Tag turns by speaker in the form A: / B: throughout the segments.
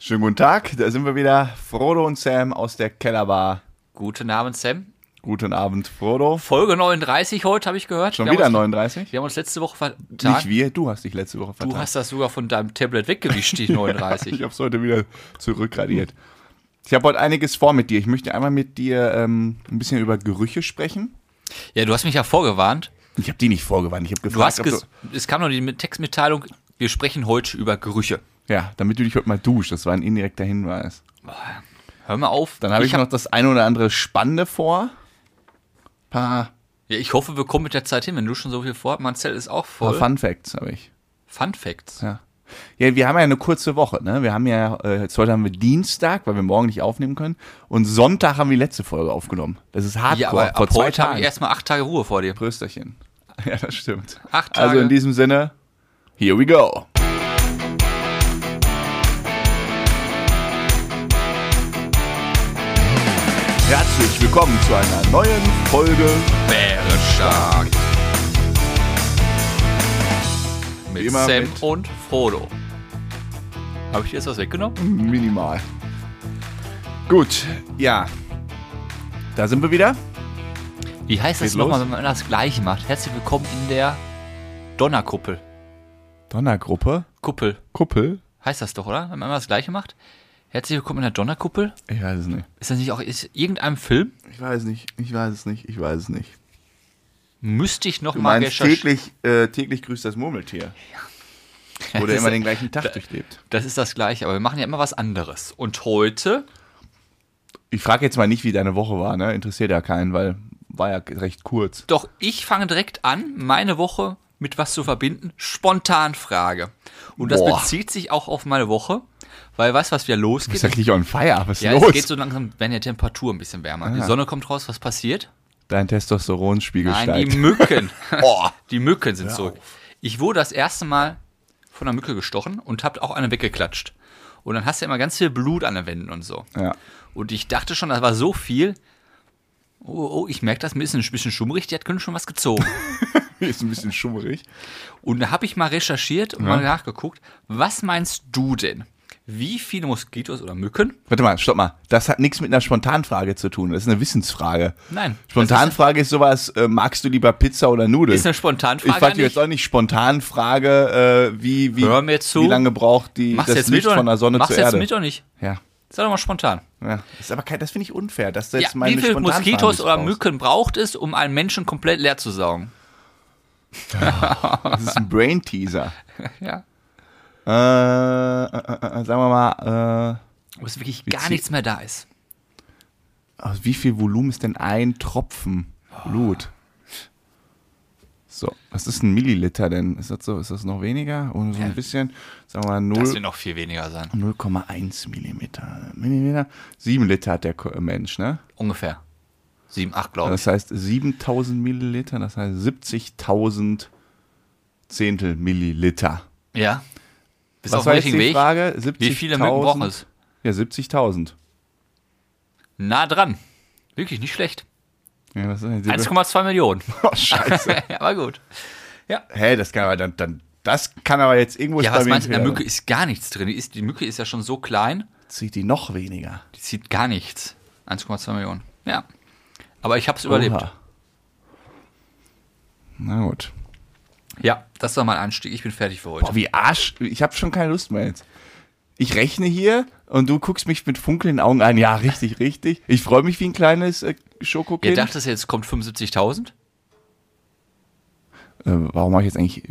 A: Schönen guten Tag, da sind wir wieder. Frodo und Sam aus der Kellerbar.
B: Guten Abend, Sam.
A: Guten Abend, Frodo.
B: Folge 39 heute, habe ich gehört.
A: Schon
B: Wir
A: wieder
B: haben uns-
A: 39?
B: Wir haben uns letzte Woche
A: Nicht
B: vertan.
A: wir, du hast dich letzte Woche vertan.
B: Du hast das sogar von deinem Tablet weggewischt, die 39.
A: Ich habe es heute wieder zurückradiert. Ich habe heute einiges vor mit dir. Ich möchte einmal mit dir ähm, ein bisschen über Gerüche sprechen.
B: ja, du hast mich ja vorgewarnt.
A: Ich habe die nicht vorgewandt. Ich habe gefragt,
B: Du hast
A: ob
B: ges es kam noch die Mit- Textmitteilung, wir sprechen heute über Gerüche.
A: ja, damit du dich heute mal duschst. Das war ein indirekter Hinweis.
B: Hör mal auf.
A: Dann habe ich,
B: hab-
A: noch das eine oder andere Spannende vor. Paar,
B: ja, ich hoffe, wir kommen mit der Zeit hin, wenn du schon so viel vorhast. Marcel ist auch
A: paar
B: voll. Fun,
A: Fun Facts habe ich.
B: Facts.
A: Ja. Ja, wir haben ja eine kurze Woche, ne? Wir haben ja, äh, jetzt heute haben wir Dienstag, weil wir morgen nicht aufnehmen können. Und Sonntag haben wir die letzte Folge aufgenommen. Das ist hardcore.
B: Ja, aber
A: vor
B: ab
A: zwei
B: heute habe
A: Tagen.
B: ich erstmal acht Tage Ruhe vor dir.
A: Prösterchen. Ja, das stimmt.
B: Acht
A: Also in
B: Tage.
A: diesem Sinne, here we go. Herzlich willkommen zu einer neuen Folge.
B: Bärenstark. Mit
A: Immer
B: Sam
A: mit-
B: und Frodo. Habe ich dir jetzt was weggenommen?
A: Minimal. Gut, ja. Da sind wir wieder.
B: Wie heißt das
A: Geht los.
B: nochmal, wenn man das gleiche macht? Herzlich willkommen in der Donnerkuppel.
A: Donnergruppe.
B: Kuppel.
A: Kuppel?
B: Heißt das doch, oder? Wenn man immer das gleiche macht? Herzlich willkommen in der Donnerkuppel?
A: Ich weiß es nicht.
B: Ist das nicht auch ist irgendeinem Film?
A: Ich weiß nicht. Ich weiß es nicht. Ich weiß es nicht.
B: Müsste ich
A: Du
B: nochmal
A: meinst,
B: recherchieren.
A: täglich, äh, täglich grüßt das Murmeltier. Wo der immer den gleichen Tag durchlebt.
B: Das ist das gleiche, aber wir machen ja immer was anderes. Und heute,
A: Ich frage jetzt mal nicht, wie deine Woche war, ne? Interessiert ja keinen, weil war ja recht kurz.
B: doch ich fange direkt an, meine Woche mit was zu verbinden. Spontanfrage. Und das
A: Boah.
B: bezieht sich auch auf meine Woche, weil weißt du, was wieder losgeht?
A: Ist ja richtig on fire. Was ist
B: ja,
A: los? Ah.
B: es geht so langsam, werden ja Temperaturen ein bisschen wärmer. Die Sonne kommt raus, was passiert?
A: Dein Testosteronspiegel
B: Nein,
A: steigt.
B: die Mücken.
A: Boah.
B: Die Mücken sind zurück. Ich wurde das erste Mal von einer Mücke gestochen und hab auch eine weggeklatscht. Und dann hast du ja immer ganz viel Blut an den Wänden und so.
A: Ja.
B: Und ich dachte schon, das war so viel. Oh, oh ich merke das, mir ist ein bisschen schummrig, die hat können schon was gezogen.
A: Ist ein bisschen schummrig.
B: und da habe ich mal recherchiert und mal nachgeguckt, was meinst du denn? Wie viele Moskitos oder Mücken?
A: Warte mal, stopp mal. Das hat nichts mit einer Spontanfrage zu tun. Das ist eine Wissensfrage.
B: Nein.
A: Spontanfrage ist sowas, äh, magst du lieber Pizza oder Nudeln?
B: Ist eine Spontanfrage
A: Ich frage
B: an
A: dich jetzt
B: dich?
A: auch nicht spontan Frage, äh, wie, wie,
B: Hör mir zu.
A: wie lange braucht die,
B: Machst
A: das
B: du jetzt
A: Licht
B: mit oder,
A: von der Sonne
B: machst
A: zur
B: du jetzt
A: Erde?
B: mit oder nicht?
A: ja.
B: Sag doch mal spontan.
A: ja. Ist aber kein, das finde ich unfair, dass du
B: Ja,
A: jetzt meine
B: wie viele
A: Spontanfrage
B: Moskitos oder
A: missbrauchst.
B: Mücken braucht es, um einen Menschen komplett leer zu saugen?
A: Das ist ein Brain Teaser.
B: Ja.
A: äh, äh, äh, sagen wir mal, äh,
B: Wo es wirklich gar
A: Witzig.
B: nichts mehr da ist.
A: äh, aus wie viel Volumen ist denn ein Tropfen Blut? So, was ist ein Milliliter denn? Ist das so, ist das noch weniger? Und so ein bisschen, sagen wir mal
B: Das
A: 0,
B: wird noch viel weniger sein.
A: 0,1 Millimeter, Millimeter. 7 Liter hat der Ko- Mensch, ne?
B: Ungefähr. Sieben, acht, glaube ich.
A: Das heißt 7000 Milliliter, das heißt 70.000 Zehntel Milliliter.
B: Ja. Bist du auf
A: Was
B: dem
A: war jetzt
B: richtigen
A: die
B: Weg?
A: Frage? 70.000.
B: Wie viele Mücken brauchen es?
A: Ja, 70.000.
B: Nah dran. Wirklich nicht schlecht.
A: Ja, das ist
B: 1,2 Millionen.
A: Oh, scheiße.
B: Aber gut.
A: Hä, das kann aber dann, dann das kann aber jetzt irgendwo ist
B: Ja,
A: bei
B: was
A: mir
B: meinst du? In
A: ein
B: der
A: Fehler.
B: Mücke ist gar nichts drin. Die, ist, die Mücke ist ja schon so klein,
A: zieht die noch weniger.
B: die zieht gar nichts. 1,2 Millionen. Ja. Aber ich habe es überlebt.
A: Oha. Na gut.
B: Ja, das war mein Anstieg. Ich bin fertig für heute.
A: Boah, wie Arsch, ich habe schon keine Lust mehr jetzt. Ich rechne hier und du guckst mich mit funkelnden Augen an. Ja, richtig, richtig. Ich freue mich wie ein kleines äh,
B: Ihr
A: Schokokind.
B: dachtet, jetzt kommt 75.000?
A: äh, warum mache ich jetzt eigentlich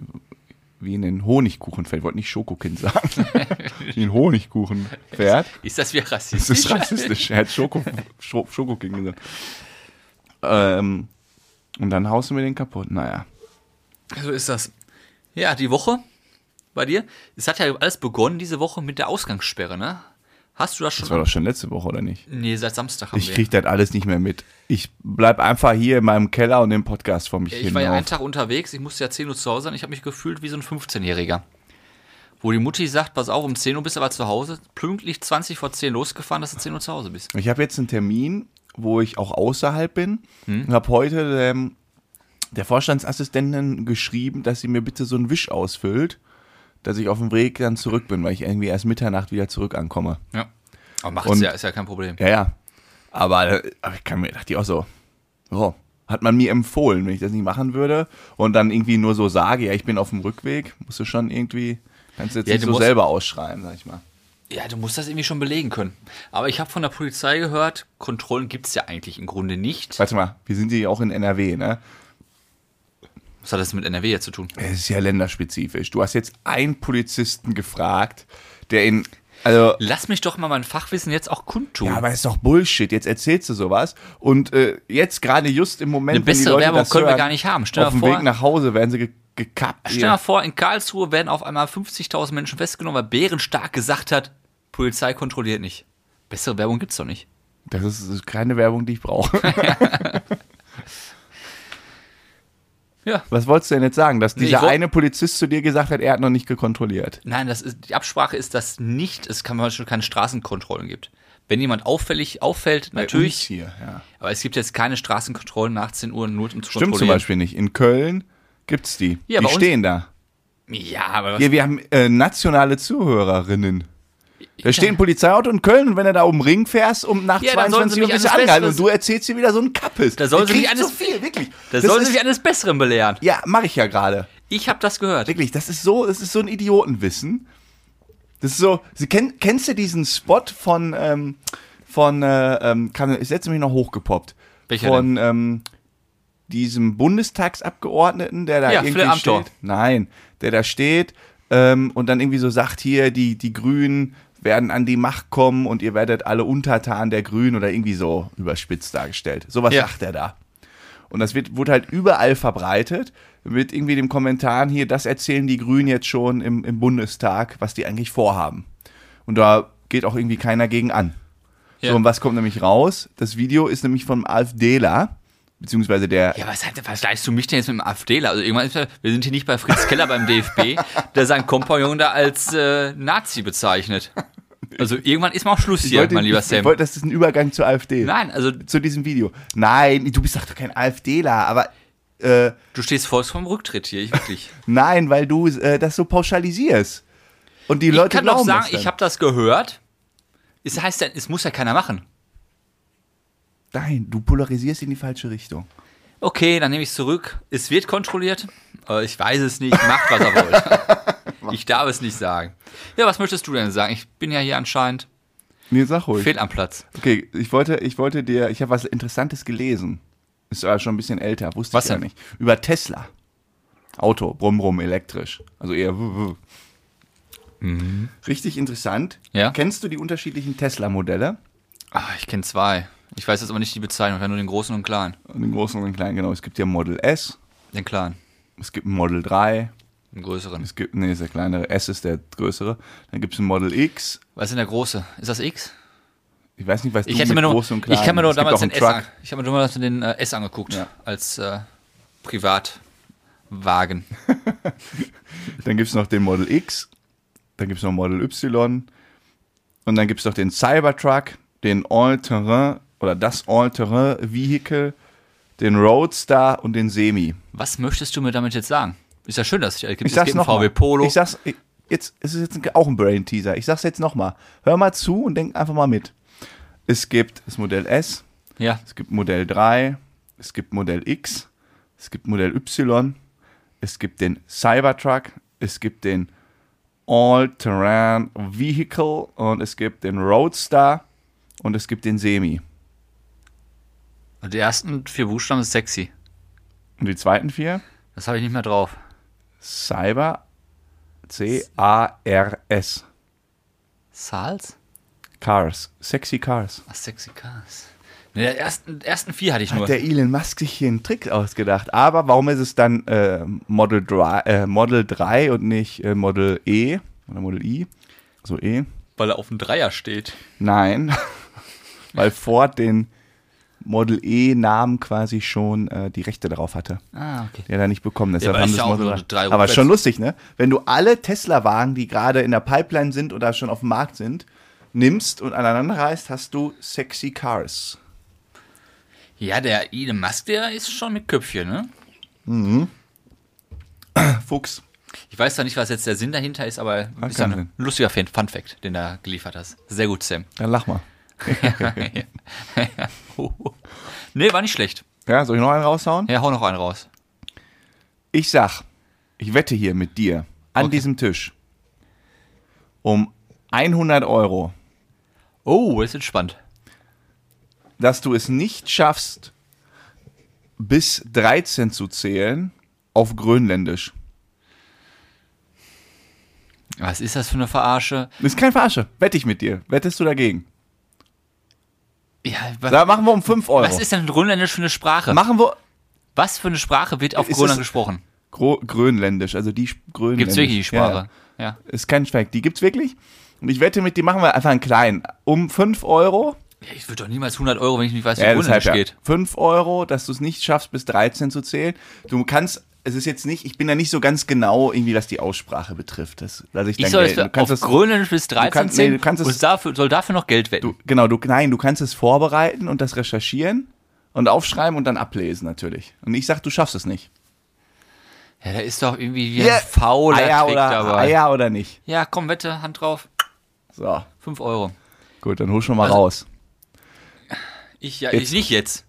A: wie in den Honigkuchenpferd? Ich wollte nicht Schokokind sagen. wie ein Honigkuchenpferd.
B: Ist das wieder
A: Das ist
B: rassistisch?
A: rassistisch. Er hat Schoko, Scho- Schokokind gesagt. Ähm, und dann haust du mir den kaputt. Naja.
B: So ist das. Ja, die Woche bei dir. Es hat ja alles begonnen diese Woche mit der Ausgangssperre, ne? Hast du das schon?
A: Das war doch schon letzte Woche, oder nicht?
B: nee, seit Samstag haben
A: Ich
B: wir.
A: krieg das alles nicht mehr mit. Ich bleib einfach hier in meinem Keller und den Podcast vor mich
B: Ja,
A: hin.
B: ich war ja
A: auf.
B: einen Tag unterwegs, ich musste ja 10 Uhr zu Hause sein. Ich habe mich gefühlt wie so ein 15-Jähriger. Wo die Mutti sagt, pass auf, um 10 Uhr bist du aber zu Hause. Pünktlich 20 vor 10 losgefahren, dass du 10 Uhr zu Hause bist.
A: Ich habe jetzt einen Termin, wo ich auch außerhalb bin
B: Hm.
A: und habe heute ähm, der Vorstandsassistentin geschrieben, dass sie mir bitte so einen Wisch ausfüllt, dass ich auf dem Weg dann zurück bin, weil ich irgendwie erst Mitternacht wieder zurück ankomme.
B: Ja. Aber macht's
A: Und-
B: ja, ist ja kein Problem.
A: Ja, ja. Aber, äh, aber ich kann mir, dachte ich auch so, oh, hat man mir empfohlen, wenn ich das nicht machen würde und dann irgendwie nur so sage, ja, ich bin auf dem Rückweg, musst du schon irgendwie, kannst du jetzt
B: Ja,
A: nicht
B: du
A: so
B: musst-
A: selber ausschreien, sag ich mal.
B: Ja, du musst das irgendwie schon belegen können. Aber ich habe von der Polizei gehört, Kontrollen gibt's ja eigentlich im Grunde nicht.
A: Warte mal, wir sind hier auch in NRW, ne?
B: Was hat das mit NRW jetzt zu tun?
A: Es ist ja länderspezifisch. Du hast jetzt einen Polizisten gefragt, der in, also
B: Lass mich doch mal mein Fachwissen jetzt auch kundtun.
A: Ja, aber ist doch Bullshit. Jetzt erzählst du sowas und äh, jetzt gerade just im Moment,
B: Eine bessere
A: wenn die Leute
B: Werbung
A: das
B: können wir
A: hören,
B: gar nicht haben. Stell
A: auf
B: dir
A: dem
B: vor-
A: Weg nach Hause werden sie ge gekappt.
B: Stell dir mal vor, in Karlsruhe werden auf einmal 50.000 Menschen festgenommen, weil Bären stark gesagt hat, Polizei kontrolliert nicht. Bessere Werbung gibt's doch nicht.
A: Das ist, das ist keine Werbung, die ich brauche.
B: Ja.
A: Was wolltest du denn jetzt sagen? Dass
B: ich
A: dieser
B: woll-
A: eine Polizist zu dir gesagt hat, er hat noch nicht gekontrolliert.
B: Nein, das ist, die Absprache ist, dass nicht, es kann, schon keine Straßenkontrollen gibt. Wenn jemand auffällig auffällt,
A: Uns
B: natürlich,
A: Hier, ja.
B: aber es gibt jetzt keine Straßenkontrollen nach 10 Uhr, nur um
A: Stimmt
B: zu
A: zum
B: kontrollieren.
A: Beispiel nicht. In Köln gibt's die.
B: Ja,
A: die
B: bei uns-
A: stehen da.
B: Ja, aber was,
A: Ja, wir haben äh, nationale Zuhörerinnen. Da steht ein Polizeiauto in Köln und wenn du da um den Ring fährst, um nach
B: Ja, dann sollen sie
A: 22 Uhr
B: mich
A: bist du
B: eines
A: angehalten und
B: Besseres-
A: du erzählst dir wieder so einen Kappes.
B: Da sollen
A: Ich
B: sie mich
A: krieg
B: eines-
A: so viel, wirklich.
B: da sollen
A: ist-
B: sie sich eines Besseren belehren.
A: Ja, mache ich ja gerade.
B: Ich habe das gehört.
A: Wirklich, das ist so, das ist so ein Idiotenwissen. Das ist so, sie kenn, kennst du diesen Spot von, ähm, von, äh, ähm, kann, ich setze mich noch hochgepoppt.
B: Welcher
A: von ähm, diesem Bundestagsabgeordneten, der da
B: Ja, Phil
A: irgendwie
B: Amthor.
A: steht. Nein, der da steht ähm, und dann irgendwie so sagt hier, die, die Grünen werden an die Macht kommen und ihr werdet alle Untertan der Grünen oder irgendwie so überspitzt dargestellt. Sowas
B: Ja.
A: sagt er da. Und das wird, wurde halt überall verbreitet mit irgendwie dem Kommentaren hier, das erzählen die Grünen jetzt schon im, im Bundestag, was die eigentlich vorhaben. Und da geht auch irgendwie keiner gegen an.
B: Ja.
A: So, und was kommt nämlich raus? Das Video ist nämlich vom AfDler, beziehungsweise der,
B: Ja, was, hat- was vergleichst du mich denn jetzt mit dem AfDler? Also irgendwann ist, ja- wir sind hier nicht bei Fritz Keller beim DFB, der seinen Kompagnon da als äh, Nazi bezeichnet. Also irgendwann ist mal auch Schluss hier, mein lieber
A: ich,
B: Sam.
A: ich wollte, das ist ein Übergang zur AfD.
B: Nein, also
A: Zu diesem Video. Nein, du bist doch kein AfDler, aber äh,
B: du stehst voll vom Rücktritt hier, ich wirklich.
A: nein, weil du äh, das so pauschalisierst. Und die
B: ich
A: Leute
B: kann doch
A: glauben
B: sagen,
A: das dann.
B: ich habe das gehört. Es heißt ja, es muss ja keiner machen.
A: Nein, du polarisierst in die falsche Richtung.
B: Okay, dann nehme ich es zurück. Es wird kontrolliert. Äh, Ich weiß es nicht. Macht, was er wollt. Ich darf es nicht sagen. Ja, was möchtest du denn sagen? Ich bin ja hier anscheinend
A: Nee, sag ruhig.
B: fehl am Platz.
A: Okay, ich wollte, ich wollte dir, ich habe was Interessantes gelesen. Ist aber schon ein bisschen älter, wusste
B: Was
A: ich ja
B: denn?
A: nicht. Über Tesla. Auto, brumm, brumm, elektrisch. Also eher. wuh, wuh. Richtig interessant.
B: Mhm. Ja.
A: Kennst du die unterschiedlichen Tesla-Modelle?
B: Ah, ich kenne zwei. Ich weiß jetzt aber nicht die Bezeichnung, ich kenn nur den großen und den kleinen.
A: Den großen und den kleinen, genau. Es gibt ja Model S,
B: Den kleinen,
A: es gibt ein Model 3,
B: den größeren.
A: es gibt, nee, ist der kleinere, S ist der größere. Dann gibt es ein Model X.
B: Was ist denn der große? Ist das X?
A: Ich weiß nicht, was
B: Ich,
A: du
B: hätte mir
A: mit
B: nur,
A: groß und klein
B: ich kann mir nur
A: Es gibt
B: damals
A: auch einen
B: den S
A: Truck.
B: an, ich habe mir damals den äh, S angeguckt
A: Ja.
B: als äh, Privatwagen.
A: Dann gibt es noch den Model X, dann gibt es noch Model Y und dann gibt es noch den Cybertruck, den All-Terrain oder das All-Terrain-Vehicle, den Roadster und den Semi.
B: Was möchtest du mir damit jetzt sagen? Ist ja schön, dass ich, äh, es gibt,
A: Ich
B: es gibt
A: sag's
B: einen
A: nochmal.
B: VW Polo.
A: Ich sag's, ich- jetzt, es ist jetzt auch ein Brain-Teaser. Ich sag's jetzt nochmal. Hör mal zu und denk einfach mal mit. Es gibt das Modell S,
B: ja,
A: es gibt Modell 3, es gibt Modell X, es gibt Modell Y, es gibt den Cybertruck, es gibt den All-Terrain Vehicle und es gibt den Roadster und es gibt den Semi.
B: und Also die ersten vier Buchstaben ist sexy.
A: Und die zweiten vier?
B: Das habe ich nicht mehr drauf.
A: Cyber C-A-R-S.
B: Sals?
A: Cars. Sexy Cars.
B: Ach, sexy Cars. Ne, der ersten, ersten vier hatte ich nur.
A: Hat der Elon Musk sich hier einen Trick ausgedacht? Aber warum ist es dann äh, Model, 3, äh, Model 3 und nicht äh, Model E oder Model I? Also E.
B: Weil er auf dem Dreier steht.
A: Nein, weil Ford den Model E-Namen quasi schon äh, die Rechte darauf hatte.
B: Ah, okay.
A: Der da nicht bekommen. Deshalb
B: aber
A: haben
B: ist ja
A: das
B: auch
A: Model
B: nur drei
A: 3. Aber
B: rückwärts.
A: schon lustig, ne? Wenn du alle Tesla-Wagen, die gerade in der Pipeline sind oder schon auf dem Markt sind, nimmst und aneinander reißt, hast du sexy Cars.
B: Ja, der Elon Musk, der ist schon mit Köpfchen, ne?
A: Fuchs.
B: Ich weiß zwar nicht, was jetzt der Sinn dahinter ist, aber
A: Ah,
B: ist
A: kein
B: ein
A: Sinn.
B: lustiger Fan- Fun Fact, den du geliefert hast. Sehr gut, Sam.
A: Dann lach mal.
B: nee, war nicht schlecht.
A: Ja, soll ich noch einen raushauen?
B: Ja, hau noch einen raus.
A: Ich sag, ich wette hier mit dir an
B: Okay.
A: diesem Tisch um 100 Euro,
B: Oh, das ist entspannt.
A: dass du es nicht schaffst, bis 13 zu zählen auf Grönländisch.
B: Was ist das für eine Verarsche?
A: Ist kein Verarsche. Wette ich mit dir. Wettest du dagegen?
B: Ja, wa-
A: Da machen wir um 5 Euro.
B: was ist denn Grönländisch für eine Sprache?
A: machen wir
B: Was für eine Sprache wird auf
A: Ist
B: Grönland
A: es-
B: gesprochen?
A: Gro Grönländisch, also die Sp- Grönländisch.
B: Gibt es wirklich die
A: Ja,
B: Sprache? Ja.
A: ja. ist kein Speck. Die gibt's wirklich. Und ich wette mit, die machen wir einfach einen kleinen. Um 5 Euro.
B: Ich würde doch niemals 100 Euro, wenn ich nicht weiß, wie
A: Ja, deshalb
B: Grönländisch
A: ja.
B: geht.
A: 5 Euro, dass du es nicht schaffst, bis 13 zu zählen. Du kannst, es ist jetzt nicht, ich bin da nicht so ganz genau, irgendwie, was die Aussprache betrifft. Das lasse ich dann
B: Ich soll
A: gelten.
B: jetzt
A: Du kannst
B: auf Grönländisch bis 13
A: kannst- nee,
B: zählen
A: du kannst es-
B: und dafür, soll dafür noch Geld wetten.
A: du, genau, du, nein, du kannst es vorbereiten und das recherchieren und aufschreiben und dann ablesen natürlich. Und ich sag, du schaffst es nicht.
B: Ja, da ist doch irgendwie wie
A: Ja,
B: ein fauler
A: Eier
B: Trick
A: oder,
B: dabei.
A: Eier oder nicht.
B: Ja, komm, Wette, Hand drauf.
A: So,
B: 5 Euro.
A: gut, dann hol schon mal
B: Also-
A: raus.
B: Ich, ja,
A: Jetzt-
B: ich nicht jetzt.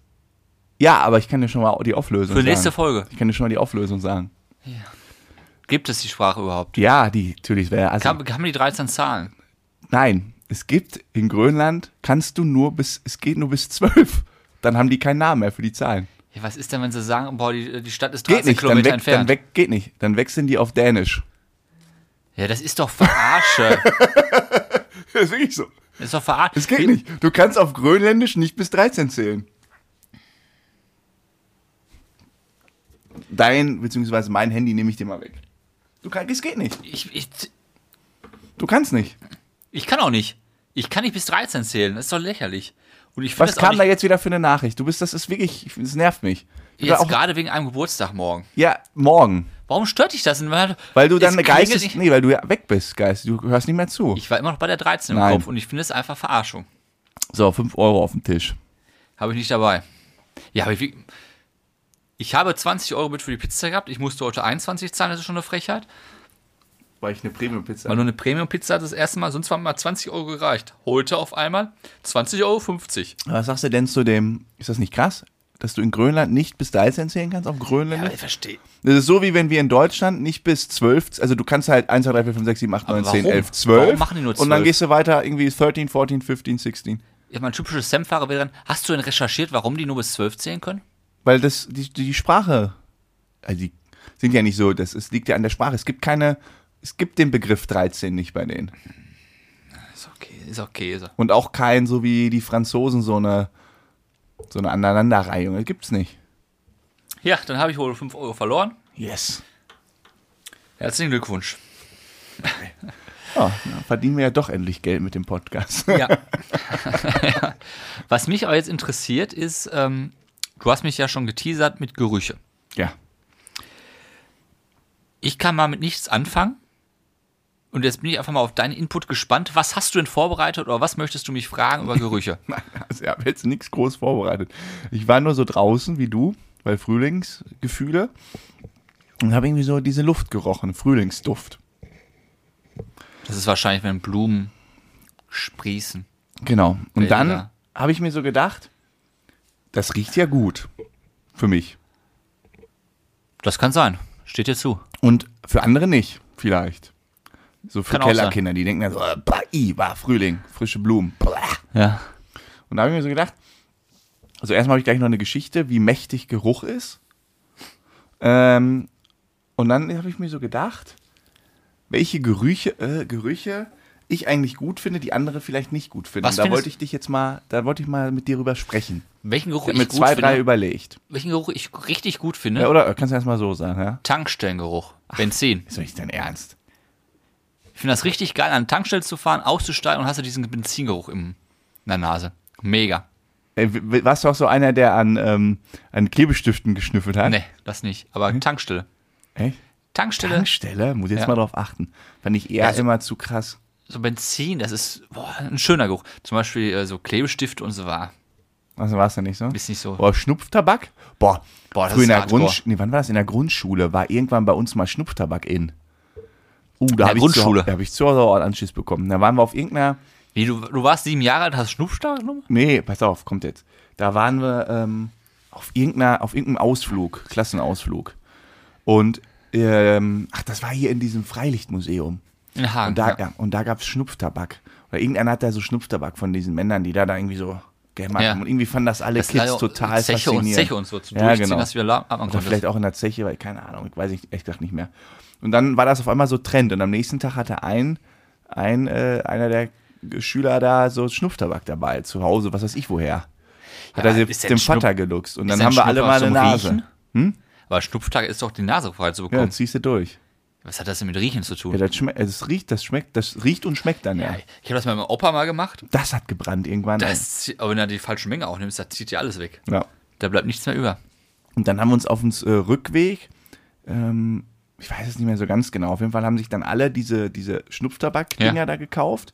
A: Ja, aber ich kann dir schon mal die Auflösung
B: Für
A: sagen.
B: nächste Folge.
A: Ich kann dir schon mal die Auflösung sagen.
B: Gibt es die Sprache überhaupt?
A: Ja, die natürlich wäre. Also,
B: Haben, haben die 13 Zahlen?
A: nein, es gibt in Grönland kannst du nur bis es geht nur bis zwölf. Dann haben die keinen Namen mehr für die Zahlen.
B: Ja, was ist denn, wenn sie sagen, boah, die, die Stadt ist 13
A: Geht nicht, dann
B: Kilometer
A: weg, dann
B: entfernt?
A: weg, geht nicht. Dann wechseln die auf Dänisch.
B: Ja, das ist doch Verarsche.
A: Das ist wirklich so.
B: das ist doch Verarsche.
A: Es geht nicht. Du kannst auf Grönländisch nicht bis 13 zählen. Dein, beziehungsweise mein Handy nehme ich dir mal weg. Du kannst, es geht nicht.
B: Ich, ich,
A: Du kannst nicht.
B: ich kann auch nicht. Ich kann nicht bis 13 zählen. Das ist doch lächerlich. Und ich finde
A: Was
B: das auch
A: kam da
B: nicht,
A: jetzt wieder für eine Nachricht? Du bist, das ist wirklich, ich- das nervt mich. Ich war
B: jetzt
A: auch,
B: gerade wegen einem Geburtstag morgen.
A: ja, morgen.
B: Warum stört dich das? denn?
A: Weil du
B: Es
A: dann
B: klingelt
A: geistes,
B: nicht-
A: nee, weil du ja weg bist, Geist. Du hörst nicht mehr zu.
B: Ich war immer noch bei der 13 im
A: Nein.
B: Kopf und ich finde es einfach Verarschung.
A: So, 5 Euro auf dem Tisch.
B: Habe ich nicht dabei. Ja, aber ich, ich habe 20 Euro mit für die Pizza gehabt. Ich musste heute 21 zahlen, das ist schon eine Frechheit.
A: Weil ich eine Premium-Pizza
B: Weil nur eine Premium-Pizza hat das erste Mal, sonst waren mal 20 Euro gereicht. Heute auf einmal 20,50 Euro.
A: Was sagst du denn zu dem, ist das nicht krass, dass du in Grönland nicht bis 13 zählen kannst auf Grönland?
B: verstehe.
A: das ist so, wie wenn wir in Deutschland nicht bis 12, also du kannst halt 1, 2, 3, 4, 5, 6, 7, 8, 9, 10,
B: warum?
A: 11, 12.
B: Warum machen die nur
A: Und dann
B: 12?
A: gehst du weiter irgendwie 13, 14, 15, 16.
B: Ja, mein typisches Sam-Fahrer wäre dann, hast du denn recherchiert, warum die nur bis 12 zählen können?
A: Weil das, die, die Sprache, also die sind ja nicht so, das ist, liegt ja an der Sprache. Es gibt keine, es gibt den Begriff 13 nicht bei denen.
B: Ist okay, ist okay. Ist
A: Und auch kein, so wie die Franzosen, so eine, so eine Aneinanderreihung. Das gibt's nicht.
B: ja, dann habe ich wohl 5 Euro verloren.
A: Yes.
B: Herzlichen Glückwunsch.
A: Ja, dann verdienen wir ja doch endlich Geld mit dem Podcast.
B: Ja. Was mich aber jetzt interessiert ist, ähm, du hast mich ja schon geteasert mit Gerüche.
A: ja.
B: Ich kann mal mit nichts anfangen. Und jetzt bin ich einfach mal auf deinen Input gespannt. Was hast du denn vorbereitet oder was möchtest du mich fragen über Gerüche?
A: Nein, also ich habe jetzt nichts groß vorbereitet. Ich war nur so draußen wie du, bei Frühlingsgefühle und habe irgendwie so diese Luft gerochen, Frühlingsduft.
B: Das ist wahrscheinlich, wenn Blumen sprießen.
A: Genau. Und dann
B: Bilder.
A: habe ich mir so gedacht, das riecht ja gut für mich
B: Das kann sein. Steht dir zu.
A: und für andere nicht, vielleicht. So für
B: Kann auch sein.
A: Kellerkinder, die denken dann so, äh, bah, i, bah, Frühling, frische Blumen. Blah.
B: Ja.
A: Und da habe ich mir so gedacht, also erstmal habe ich gleich noch eine Geschichte, wie mächtig Geruch ist. Ähm, und dann habe ich mir so gedacht, welche Gerüche, äh, Gerüche ich eigentlich gut finde, die andere vielleicht nicht gut finden.
B: Was
A: da
B: findest-
A: wollte ich dich jetzt mal, da wollte ich mal mit dir drüber sprechen.
B: Welchen Geruch
A: Ich
B: ich
A: habe mir
B: gut
A: zwei,
B: finde,
A: drei überlegt.
B: welchen Geruch ich richtig gut finde?
A: Ja, oder kannst du erstmal so sagen, ja?
B: Tankstellengeruch. Benzin.
A: Ist doch nicht dein Ernst.
B: Ich finde das richtig geil, an Tankstellen zu fahren, auszusteigen und hast du diesen Benzingeruch im, in der Nase. Mega.
A: Ey, w- w- warst du auch so einer, der an, ähm, an Klebestiften geschnüffelt hat?
B: Nee, das nicht. Aber Tankstelle.
A: Echt?
B: Tankstelle,
A: Mhm. Tankstelle, muss ich jetzt
B: Ja.
A: mal drauf achten. Fand ich eher
B: Also-
A: immer zu krass.
B: so Benzin, das ist boah, ein schöner Geruch. Zum Beispiel äh, so Klebestift und so war.
A: Also war es ja nicht so?
B: Ist nicht so.
A: Boah, Schnupftabak? Boah,
B: Boah, das
A: früher in
B: ist
A: der
B: hardcore.
A: Grundschule, nee, wann war das? In der Grundschule war irgendwann bei uns mal Schnupftabak in. Uh,
B: der
A: da habe ich, zu
B: Grundschule.
A: Hau- da hab ich zu Hause auch einen Anschiss bekommen. Da waren wir auf irgendeiner.
B: Wie, du, du warst sieben Jahre alt, hast Schnupfstab genommen?
A: Nee, pass auf, kommt jetzt. Da waren wir ähm, auf, irgendeiner, auf irgendeinem Ausflug, Klassenausflug. Und, ähm, ach, das war hier in diesem Freilichtmuseum.
B: In Hagen.
A: Und da,
B: Ah, ja.
A: ja, und da gab es Schnupftabak. Oder irgendeiner hat da so Schnupftabak von diesen Männern, die da, da irgendwie so gemacht
B: Ja.
A: haben. Und irgendwie fanden das alle
B: Das ist
A: Kids
B: leider
A: total
B: Also, Zeche und-
A: faszinierend.
B: Zeche und so zu
A: ja,
B: durchziehen,
A: genau.
B: dass du wieder Alarm abmachen
A: Oder
B: konntest.
A: vielleicht auch in der Zeche, weil, keine Ahnung, weiß ich ehrlich gesagt nicht mehr. Und dann war das auf einmal so Trend. Und am nächsten Tag hatte ein, ein äh, einer der Schüler da so Schnupftabak dabei, zu Hause, was weiß ich woher. Hat
B: Ja,
A: er sie-
B: ist der
A: dem
B: Schnupf-
A: Vater geluchst. Und
B: ist
A: dann
B: der
A: haben wir alle
B: Schnupfer
A: mal
B: zum
A: eine Nase. Hm?
B: Riechen? Aber Schnupftag ist doch die Nase frei zu
A: Ja,
B: bekommen.
A: dann ziehst du durch.
B: Was hat das denn mit Riechen zu tun?
A: Ja, das, schme das, riecht, das, schmeckt, das riecht und schmeckt dann, ja.
B: ich habe das mal mit meinem Opa mal gemacht.
A: Das hat gebrannt irgendwann.
B: Das, zieht- aber wenn du die falsche Menge auch nimmst, da zieht dir alles weg.
A: ja.
B: Da bleibt nichts mehr über.
A: Und dann haben wir uns auf dem äh, Rückweg, ähm, ich weiß es nicht mehr so ganz genau, auf jeden Fall haben sich dann alle diese, diese Schnupftabak-Dinger
B: Ja.
A: da gekauft.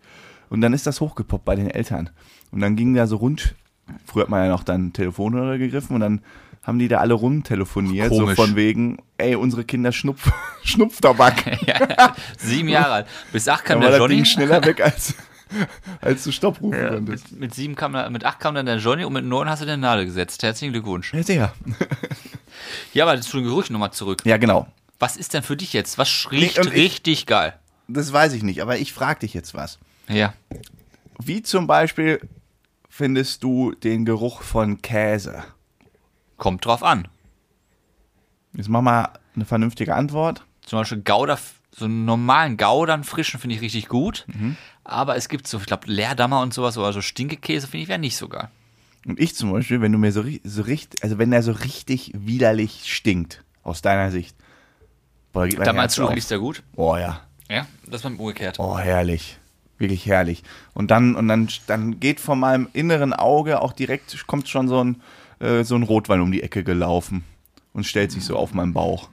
A: Und dann ist das hochgepoppt bei den Eltern. Und dann ging da so rund. Früher hat man ja noch dann Telefonhörer gegriffen und dann haben die da alle rumtelefoniert. So
B: Komisch.
A: von wegen, ey, unsere Kinder schnupf, Schnupftabak.
B: ja, sieben Jahre alt. Bis acht kam
A: Dann war
B: der
A: das Ding
B: Johnny.
A: schneller weg, als, als du Stopp rufen konntest.
B: Mit, mit sieben kam, mit acht kam dann der Johnny und mit neun hast du den Nadel gesetzt. Herzlichen Glückwunsch.
A: Ja, sehr.
B: Ja, aber zu den Gerüchen nochmal zurück.
A: Ja, genau.
B: Was ist denn für dich jetzt? Was riecht
A: und ich-
B: richtig geil?
A: Das weiß ich nicht, aber ich frag dich jetzt was.
B: Ja.
A: Wie zum Beispiel findest du den Geruch von Käse?
B: Kommt drauf an.
A: Jetzt mach mal eine vernünftige Antwort.
B: Zum Beispiel Gouda, so einen normalen Gaudern frischen finde ich richtig gut.
A: Mhm.
B: Aber es gibt so, ich glaube, Leerdammer und sowas oder so Stinkekäse finde ich wäre nicht so geil.
A: Und ich zum Beispiel, wenn du mir so, ri- so richtig, also wenn er so richtig widerlich stinkt, aus deiner Sicht. Boah, da geht mein
B: Da meinst
A: Herz
B: du,
A: auf.
B: riecht ja gut?
A: Oh ja.
B: Ja, das war umgekehrt.
A: Oh, herrlich. Wirklich herrlich. Und dann, und dann, dann geht von meinem inneren Auge auch direkt, kommt schon so ein, äh, so ein Rotwein um die Ecke gelaufen und stellt sich so auf meinen Bauch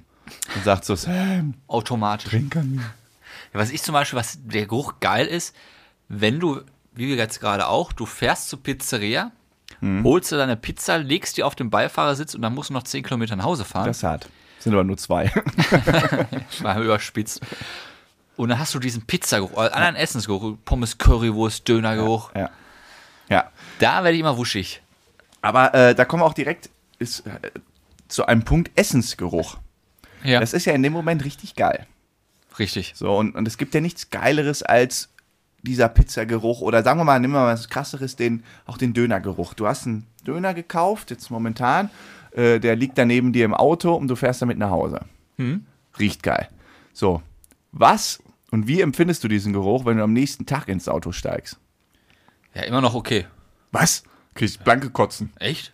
A: und sagt so, Sam,
B: Automatisch.
A: denk an mich.
B: Ja, was ich zum Beispiel, was der Geruch geil ist, wenn du, wie wir jetzt gerade auch, du fährst zur Pizzeria,
A: Mhm.
B: holst dir deine Pizza, legst die auf den Beifahrersitz und dann musst du noch 10 Kilometer nach Hause fahren.
A: Das ist hart. Sind aber nur zwei.
B: mal überspitzt. Und dann hast du diesen Pizzageruch, oder anderen Essensgeruch, Pommes, Currywurst, Dönergeruch.
A: Ja. Ja.
B: Da werde ich immer wuschig.
A: Aber äh, da kommen wir auch direkt ist, äh, zu einem Punkt Essensgeruch.
B: Ja,
A: Das ist ja in dem Moment richtig geil.
B: richtig.
A: So, und, und es gibt ja nichts Geileres als dieser Pizzageruch oder sagen wir mal, nehmen wir mal was krasseres, den, auch den Dönergeruch. Du hast einen Döner gekauft, jetzt momentan, äh, der liegt daneben dir im Auto und du fährst damit nach Hause. Hm. Riecht geil. So, was und wie empfindest du diesen Geruch, wenn du am nächsten Tag ins Auto steigst?
B: Ja, immer noch okay.
A: Was? Kriegst blanke Kotzen.
B: Echt?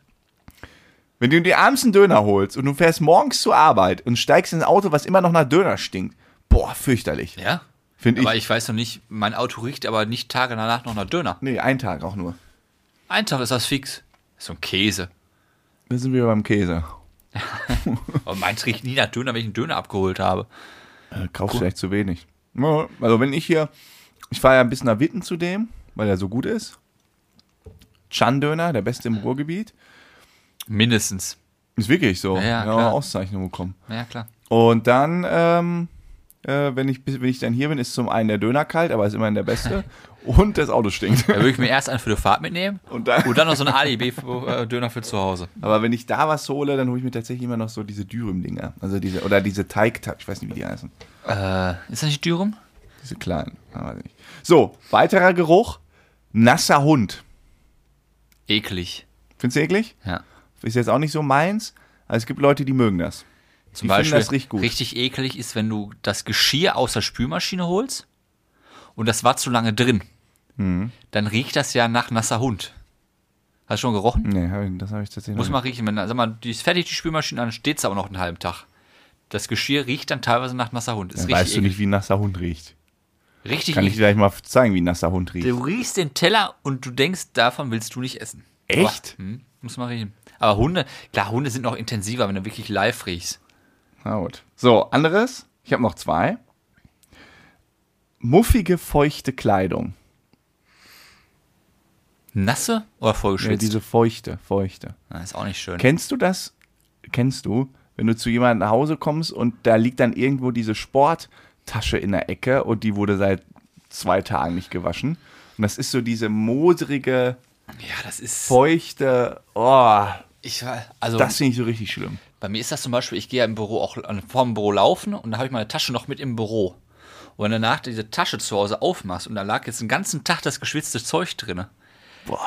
A: Wenn du dir abends einen Döner holst und du fährst morgens zur Arbeit und steigst ins Auto, was immer noch nach Döner stinkt, boah, fürchterlich.
B: Ja.
A: Finde ich.
B: aber ich weiß noch nicht, mein Auto riecht aber nicht Tage danach noch nach Döner.
A: Nee, einen Tag auch nur.
B: Ein Tag ist das fix. So ein Käse.
A: Wir sind wieder beim Käse.
B: Aber meins riecht nie nach Döner, wenn ich einen Döner abgeholt habe.
A: Äh, kaufst vielleicht zu wenig. Ja, Also wenn ich hier, ich fahre ja ein bisschen nach Witten zu dem, weil der so gut ist. Chan-Döner, der beste im Ruhrgebiet.
B: Mindestens.
A: Ist wirklich so.
B: Ja, ja,
A: haben wir
B: klar.
A: Auszeichnung bekommen.
B: Ja, klar.
A: Und dann, ähm, äh, wenn, ich, wenn ich dann hier bin, ist zum einen der Döner kalt, aber ist immerhin der beste. und das Auto stinkt.
B: Da würde ich mir erst einen für die Fahrt mitnehmen
A: Und dann,
B: und dann noch so einen Alibi-Döner für zu Hause.
A: Aber wenn ich da was hole, dann hole ich mir tatsächlich immer noch so diese Dürüm-Dinger. Also diese, oder diese teig ich weiß nicht, wie die heißen.
B: Äh, ist das nicht Dürum?
A: Diese kleinen. Ah, weiß ich nicht. So, weiterer Geruch. Nasser Hund.
B: Eklig.
A: Findest du eklig?
B: Ja.
A: Ist jetzt auch nicht so meins. Aber es gibt Leute, die mögen das.
B: Zum
A: Die finden
B: Beispiel
A: das richtig gut.
B: richtig eklig ist, wenn du das Geschirr aus der Spülmaschine holst und das war zu lange drin.
A: Mhm.
B: Dann riecht das ja nach nasser Hund. Hast du schon gerochen?
A: Nee, hab ich- das habe ich tatsächlich
B: Muss
A: noch
B: man riechen. Wenn, sag mal, die ist fertig, die Spülmaschine, dann steht es aber noch einen halben Tag. Das Geschirr riecht dann teilweise nach nasser Hund. Ist
A: nicht. Dann weißt
B: richtig
A: du
B: eklig.
A: nicht, wie ein nasser Hund riecht.
B: Richtig
A: Kann ich
B: eklig.
A: dir gleich mal zeigen, wie ein nasser Hund riecht.
B: Du riechst den Teller und du denkst, davon willst du nicht essen.
A: Echt?
B: Aber, hm, muss man riechen. Aber Hunde, klar, Hunde sind noch intensiver, wenn du wirklich live riechst.
A: Na gut. So, anderes. Ich habe noch zwei. Muffige, feuchte Kleidung.
B: Nasse oder
A: Ja,
B: vollgeschwitzt?
A: Äh, diese feuchte, feuchte.
B: Ah, ist auch nicht schön.
A: Kennst du das? Kennst du, wenn du zu jemandem nach Hause kommst und da liegt dann irgendwo diese Sport, Tasche in der Ecke und die wurde seit zwei Tagen nicht gewaschen. Und das ist so diese modrige,
B: Ja, das ist.
A: feuchte, oh,
B: Ich, war- also
A: das finde ich so richtig schlimm.
B: bei mir ist das zum Beispiel, ich gehe ja im Büro auch an- vor dem Büro laufen und da habe ich meine Tasche noch mit im Büro. Und wenn du danach diese Tasche zu Hause aufmachst und da lag jetzt den ganzen Tag das geschwitzte Zeug drin.
A: Boah,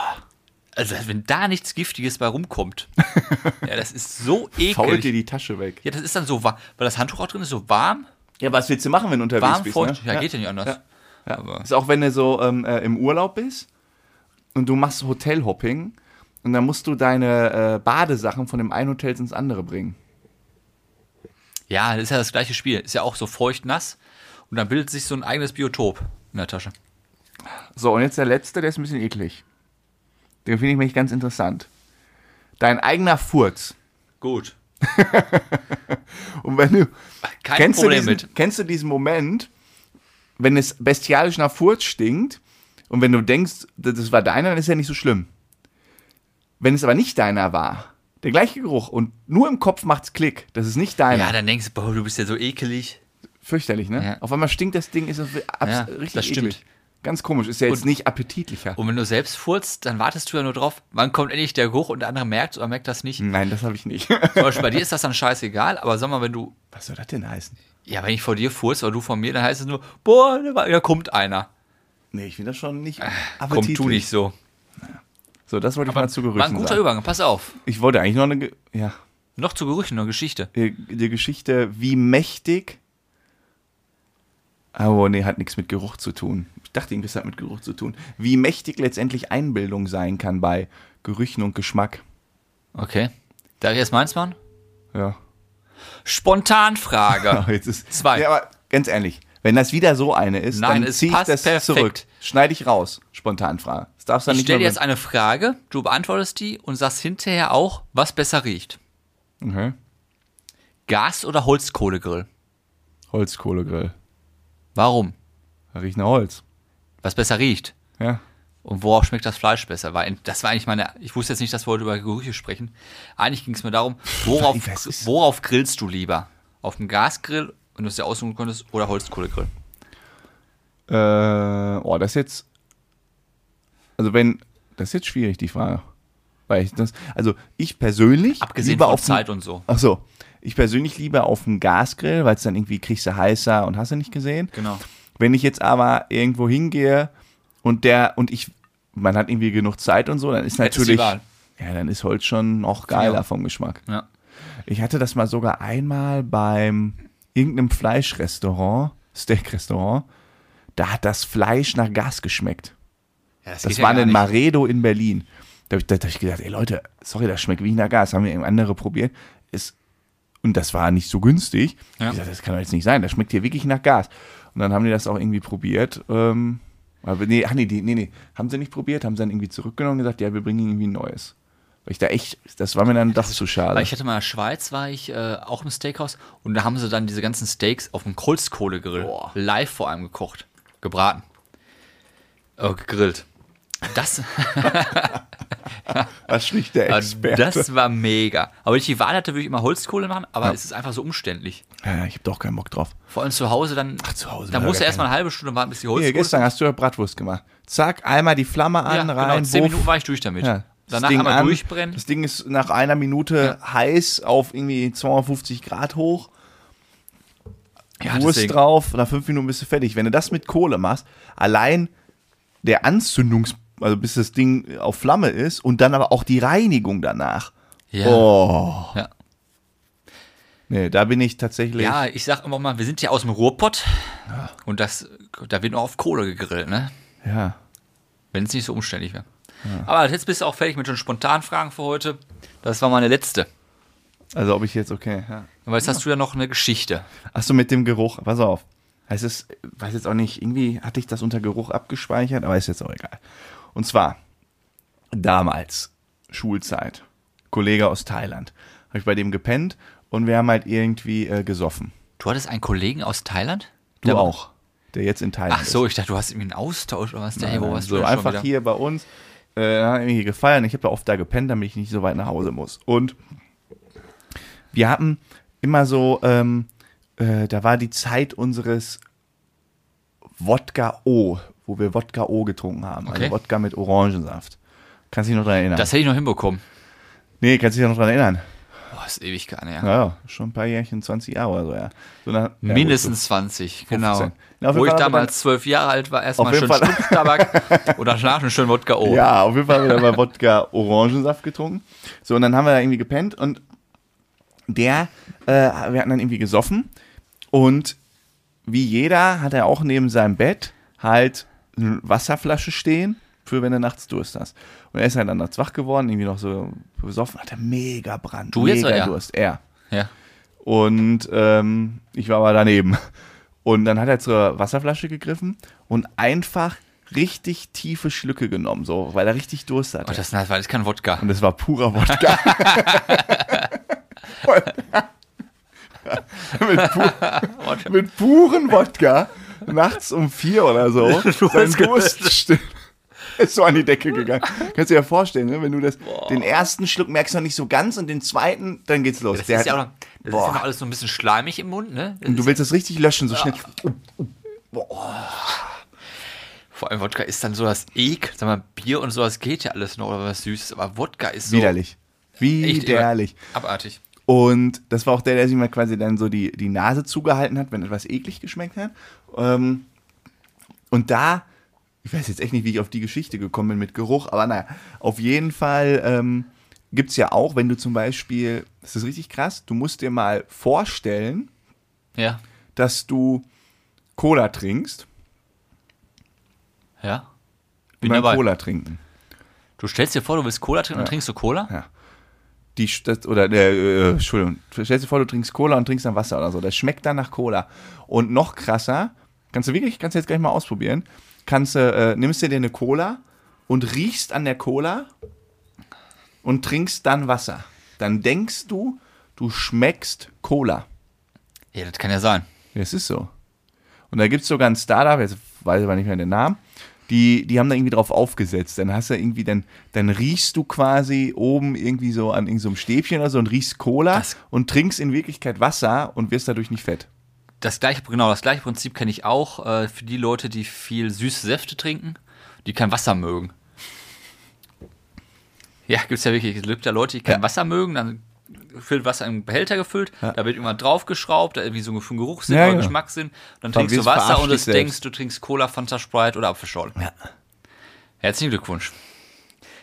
B: Also, wenn da nichts Giftiges bei rumkommt. ja, das ist so
A: fault dir
B: eklig.
A: die Tasche weg.
B: Ja, das ist dann so warm, weil das Handtuch auch drin ist, so warm,
A: Ja, was willst du machen, wenn du unterwegs
B: warm,
A: bist?
B: feucht.
A: ne?
B: Ja, geht ja nicht anders.
A: Ja.
B: Aber-
A: Ist auch wenn du so ähm, äh, im Urlaub bist und du machst Hotelhopping und dann musst du deine äh, Badesachen von dem einen Hotel ins andere bringen.
B: Ja, das ist ja das gleiche Spiel. Ist ja auch so feucht nass und dann bildet sich so ein eigenes Biotop in der Tasche.
A: So, und jetzt der letzte, der ist ein bisschen eklig. Den finde ich mich ganz interessant. Dein eigener Furz.
B: Gut.
A: Und wenn du,
B: Kein
A: kennst,
B: Problem
A: du diesen,
B: mit.
A: kennst du diesen Moment, wenn es bestialisch nach Furz stinkt und wenn du denkst, das das war deiner, dann ist ja nicht so schlimm. Wenn es aber nicht deiner war, der gleiche Geruch und nur im Kopf macht's Klick, das ist nicht deiner.
B: Ja, dann denkst du, boah, du bist ja so ekelig.
A: Fürchterlich, ne?
B: Ja.
A: Auf einmal stinkt das Ding, ist das abs-
B: Ja,
A: richtig
B: das stimmt. Oh.
A: eklig. Ganz komisch, ist ja jetzt nicht appetitlicher.
B: Und wenn du selbst furzt, dann wartest du ja nur drauf, wann kommt endlich der Geruch und der andere merkt oder merkt das nicht.
A: Nein, das habe ich nicht.
B: Zum Beispiel bei dir ist das dann scheißegal, aber sag mal, wenn du,
A: Was soll das denn heißen?
B: ja, wenn ich vor dir furzt oder du vor mir, dann heißt es nur, boah, da war- da kommt einer.
A: Nee, ich finde das schon nicht
B: Ah, Komm,
A: appetitlich.
B: tu nicht so.
A: So, das wollte ich mal zu
B: War ein
A: Gerüchen
B: guter
A: sagen.
B: Übergang, pass auf.
A: Ich wollte eigentlich noch eine, Ge ja,
B: Noch zu Gerüchen und Geschichte.
A: die, die Geschichte, wie mächtig. Aber nee, hat nichts mit Geruch zu tun. Ich dachte irgendwie, es hat mit Geruch zu tun. Wie mächtig letztendlich Einbildung sein kann bei Gerüchen und Geschmack.
B: Okay. Darf ich erst meins machen?
A: Ja.
B: Spontanfrage.
A: Aber jetzt ist
B: Zwei.
A: Ja, aber ganz ehrlich, wenn das wieder so eine ist,
B: Nein,
A: dann
B: es
A: ziehe ich
B: passt
A: das
B: perfekt.
A: zurück. Schneide ich raus. Spontanfrage. Das darfst du dann
B: Ich
A: nicht mehr.
B: stelle dir jetzt eine Frage, du beantwortest die und sagst hinterher auch, was besser riecht.
A: benutzen.
B: Gas- oder Holzkohlegrill?
A: okay. Holzkohlegrill.
B: Warum?
A: Da riecht nach Holz.
B: Was besser riecht?
A: Ja.
B: Und worauf schmeckt das Fleisch besser? Weil das war eigentlich meine, ich wusste jetzt nicht, dass wir heute über Gerüche sprechen. Eigentlich ging es mir darum, worauf,
A: ich weiß es.
B: worauf grillst du lieber? Auf dem Gasgrill, wenn du es dir aussuchen konntest, oder Holzkohlegrill?
A: Äh, oh, das ist jetzt. Also wenn. Das ist jetzt schwierig, die Frage. Weil ich das, also ich persönlich.
B: Abgesehen
A: lieber
B: von
A: auf dem-
B: Zeit und so.
A: Ach so. Ich persönlich lieber auf dem Gasgrill, weil es dann irgendwie kriegst du heißer und hast du nicht gesehen.
B: Genau.
A: Wenn ich jetzt aber irgendwo hingehe und der und ich, man hat irgendwie genug Zeit und so, dann ist
B: Hättest du
A: natürlich,
B: die Wahl.
A: ja, dann ist Holz schon noch
B: ich
A: geiler
B: auch.
A: vom Geschmack.
B: Ja.
A: Ich hatte das mal sogar einmal beim irgendeinem Fleischrestaurant, Steakrestaurant, da hat das Fleisch nach Gas geschmeckt.
B: Ja, das
A: Das
B: geht ja
A: war
B: gar
A: in
B: nicht.
A: Maredo in Berlin. Da habe ich, da hab ich gedacht, ey Leute, sorry, das schmeckt wie nach Gas. Haben wir irgendein andere probiert. Ist, und das war nicht so günstig.
B: Ja.
A: Ich dachte, das kann doch jetzt nicht sein. Das schmeckt hier wirklich nach Gas. Und dann haben die das auch irgendwie probiert. Ähm, aber nee, ach nee, die- nee, nee. Haben sie nicht probiert, haben sie dann irgendwie zurückgenommen und gesagt, ja, wir bringen ihnen irgendwie ein neues. Weil ich da echt, das war mir dann doch zu
B: Weil
A: schade.
B: ich hatte mal in der Schweiz, war ich äh, auch im Steakhouse und da haben sie dann diese ganzen Steaks auf dem Holzkohlegrill
A: Boah.
B: live vor allem gekocht, gebraten, äh, gegrillt. Das,
A: Was nicht der Experte.
B: Äh, das war mega. Aber wenn ich die Wahl hatte, würde ich immer Holzkohle machen, aber es ist einfach so umständlich.
A: ja, ich habe doch keinen Bock drauf.
B: Vor allem zu Hause dann,
A: Ach, zu Hause
B: da
A: war ja
B: musst du
A: gar
B: erstmal eine halbe Stunde warten, bis die
A: Hier,
B: Holzkohle...
A: gestern hast du ja Bratwurst gemacht. Zack, einmal die Flamme
B: ja,
A: an,
B: genau,
A: rein,
B: zehn
A: Wurf,
B: Minuten war ich durch damit.
A: Ja, das
B: Danach
A: Ding
B: einmal
A: an,
B: durchbrennen.
A: Das Ding ist nach einer Minute heiß auf irgendwie 250 Grad hoch.
B: ja,
A: Wurst
B: deswegen.
A: drauf, nach fünf Minuten bist du fertig. Wenn du das mit Kohle machst, allein der Anzündungs-, also bis das Ding auf Flamme ist und dann aber auch die Reinigung danach.
B: Ja.
A: Oh.
B: Ja.
A: Nee, da bin ich tatsächlich.
B: ja, ich sag immer mal, wir sind ja aus dem Ruhrpott und das, da wird nur auf Kohle gegrillt, ne?
A: ja.
B: Wenn es nicht so umständlich wäre. Aber jetzt bist du auch fertig mit den spontanen Fragen für heute. Das war meine letzte.
A: Also, ob ich jetzt, okay. Ja.
B: Aber jetzt hast du ja noch eine Geschichte.
A: Ach so, mit dem Geruch. Pass auf. Es ist, weiß jetzt auch nicht, irgendwie hatte ich das unter Geruch abgespeichert, aber ist jetzt auch egal. Und zwar, damals, Schulzeit, Kollege aus Thailand, habe ich bei dem gepennt und wir haben halt irgendwie äh, gesoffen.
B: Du hattest einen Kollegen aus Thailand?
A: Du
B: Der-
A: auch, der jetzt in Thailand
B: Ach so, ich dachte, du hast irgendwie einen Austausch oder was? Der hier,
A: ist.
B: wo
A: Nein,
B: warst
A: Äh, so
B: du denn schon
A: einfach
B: wieder?
A: hier bei uns, äh, haben wir hier gefeiert. Ich habe da oft da gepennt, damit ich nicht so weit nach Hause muss. Und wir hatten immer so ähm, äh, da war die Zeit unseres Wodka O, wo wir Wodka O getrunken haben.
B: Okay.
A: Also Wodka mit Orangensaft. Kannst dich noch dran erinnern?
B: Das hätte ich noch hinbekommen.
A: nee, kannst dich noch dran erinnern.
B: Boah, ist ewig gar nicht. Ja.
A: Ja, schon ein paar Jährchen, 20 Jahre oder so, ja. So nach- ja,
B: Mindestens 20, genau.
A: 15. Na, auf jeden
B: Wo ich
A: Fall haben wir
B: damals zwölf Jahre alt war,
A: Auf
B: erstmal
A: jeden
B: schön
A: Fall-
B: Schnupftabak und danach einen schönen Wodka O.
A: gut. Ja, auf jeden Fall haben wir mal Wodka Orangensaft getrunken. So, und dann haben wir da irgendwie gepennt und der, äh, wir hatten dann irgendwie gesoffen und wie jeder hat er auch neben seinem Bett halt eine Wasserflasche stehen, für wenn er nachts Durst hast. Und er ist halt dann nachts wach geworden, irgendwie noch so besoffen, hatte mega Brand,
B: Du jetzt
A: mega
B: oder er?
A: Durst. Er.
B: Ja. Oh,
A: Und ähm, ich war aber daneben. Und dann hat er zur Wasserflasche gegriffen und einfach richtig tiefe Schlücke genommen, so, weil er richtig Durst
B: Oh,
A: hatte.
B: das, das war das kein Wodka.
A: und das war purer Wodka. mit, pu mit puren Wodka nachts um vier oder so. Sein Durst still- ist so an die Decke gegangen. Kannst du dir ja vorstellen, ne? wenn du das, den ersten Schluck merkst du noch nicht so ganz und den zweiten, dann geht's los.
B: Das
A: Der
B: ist ja auch
A: hat-
B: noch, das ist
A: Boah.
B: ja noch alles so ein bisschen schleimig im Mund, ne?
A: Und du willst das richtig löschen, so schnell.
B: Vor allem Wodka ist dann so das Ek. Sag mal, Bier und sowas geht ja alles noch oder was Süßes, aber Wodka ist so.
A: Widerlich.
B: echt
A: Widerlich.
B: immer Abartig.
A: Und das war auch der, der sich mal quasi dann so die, die Nase zugehalten hat, wenn etwas eklig geschmeckt hat. Ähm, und da, ich weiß jetzt echt nicht, wie ich auf die Geschichte gekommen bin mit Geruch, aber naja, auf jeden Fall ähm, gibt es ja auch, wenn du zum Beispiel, das ist richtig krass, du musst dir mal vorstellen,
B: Ja.
A: dass du Cola trinkst.
B: Ja. Bin
A: beim
B: dabei.
A: Cola trinken.
B: Du stellst dir vor, du willst Cola trinken und trinkst du Cola?
A: die das, oder äh, äh, Entschuldigung, stellst dir vor, du trinkst Cola und trinkst dann Wasser oder so. Das schmeckt dann nach Cola. Und noch krasser, kannst du wirklich, kannst du jetzt gleich mal ausprobieren. Kannst du, äh, nimmst du dir eine Cola und riechst an der Cola und trinkst dann Wasser. Dann denkst du, du schmeckst Cola.
B: Ja, das kann ja sein.
A: Ja, Es ist so. Und da gibt es sogar ein Startup, jetzt weiß ich aber nicht mehr den Namen, die, die haben da irgendwie drauf aufgesetzt. Dann hast du irgendwie, dann, dann riechst du quasi oben irgendwie so an irgendeinem Stäbchen oder so und riechst Cola
B: Das-
A: und trinkst in Wirklichkeit Wasser und wirst dadurch nicht fett.
B: Das gleiche, genau, das gleiche Prinzip kenne ich auch äh, für die Leute, die viel süße Säfte trinken, die kein Wasser mögen. Ja, gibt es ja wirklich. Es gibt ja Leute, die kein
A: Ja.
B: Wasser mögen, dann füllt Wasser in einen Behälter gefüllt, da wird irgendwann draufgeschraubt, da irgendwie so ein Geruchssinn
A: Ja, genau.
B: oder
A: ja.
B: Geschmackssinn. Dann
A: Aber
B: trinkst
A: wir
B: du Wasser
A: verarschen
B: und
A: dich
B: es
A: selbst.
B: denkst, du trinkst Cola, Fanta Sprite oder Apfelschorle.
A: Ja.
B: Herzlichen Glückwunsch.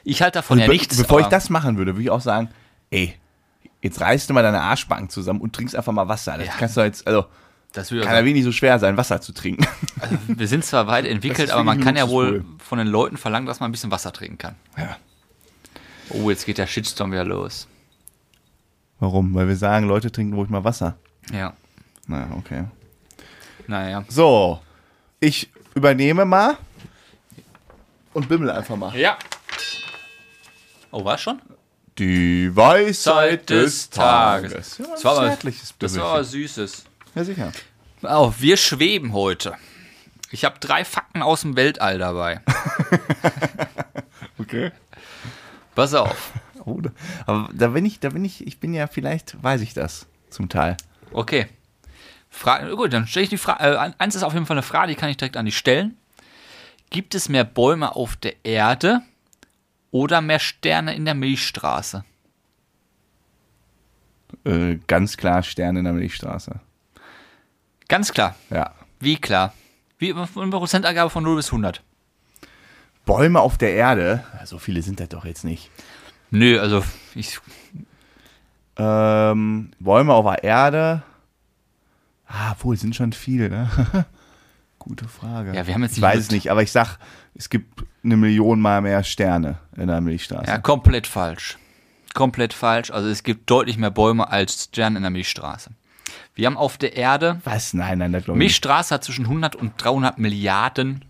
B: Ich halte davon ja
A: Be
B: nichts.
A: bevor ich
B: aber-
A: das machen würde, würde ich auch sagen, ey, jetzt reißt du mal deine Arschbacken zusammen und trinkst einfach mal Wasser. Das
B: Ja.
A: kannst du jetzt, also
B: das würde ich auch
A: kann ja wenig so schwer sein, Wasser zu trinken.
B: Wir sind zwar weit entwickelt,
A: ist
B: aber man
A: wirklich
B: kann ja wohl
A: Luxusproblem.
B: von den Leuten verlangen, dass man ein bisschen Wasser trinken kann.
A: Ja.
B: Oh, jetzt geht der Shitstorm wieder los.
A: Warum? Weil wir sagen, Leute trinken ruhig mal Wasser.
B: Ja.
A: Na, okay.
B: Naja.
A: So, ich übernehme mal und bimmel einfach mal.
B: Ja. Oh, war schon?
A: Die Weisheit des Tages. Ja,
B: Das war
A: ein
B: aber,
A: zärtliches
B: das war aber
A: Bimmelchen.
B: süßes.
A: Ja, sicher.
B: Oh, wir schweben heute. Ich habe drei Fakten aus dem Weltall dabei.
A: Okay.
B: Pass auf.
A: Oh, da, aber da bin ich, da bin ich, ich bin ja vielleicht, weiß ich das zum Teil.
B: Okay. Fra Gut, dann stelle ich die Frage. Äh, eins ist auf jeden Fall eine Frage, die kann ich direkt an dich stellen. Gibt es mehr Bäume auf der Erde oder mehr Sterne in der Milchstraße?
A: Äh, ganz klar Sterne in der Milchstraße.
B: Ganz klar.
A: Ja.
B: Wie klar? Wie eine Prozentangabe von 0 bis 100?
A: Bäume auf der Erde, so viele sind das doch jetzt nicht.
B: Nö, also ich.
A: Ähm, Bäume auf der Erde. Ah, wohl, sind schon viele, ne? Gute Frage.
B: Ja, wir haben jetzt
A: ich
B: nicht
A: weiß
B: mit-
A: es nicht, aber ich sag, es gibt eine Million mal mehr Sterne in der Milchstraße.
B: Ja, komplett falsch. Komplett falsch. Also es gibt deutlich mehr Bäume als Sterne in der Milchstraße. Wir haben auf der Erde.
A: Was? Nein, nein, das glaube ich nicht.
B: Milchstraße hat zwischen 100 und 300 Milliarden.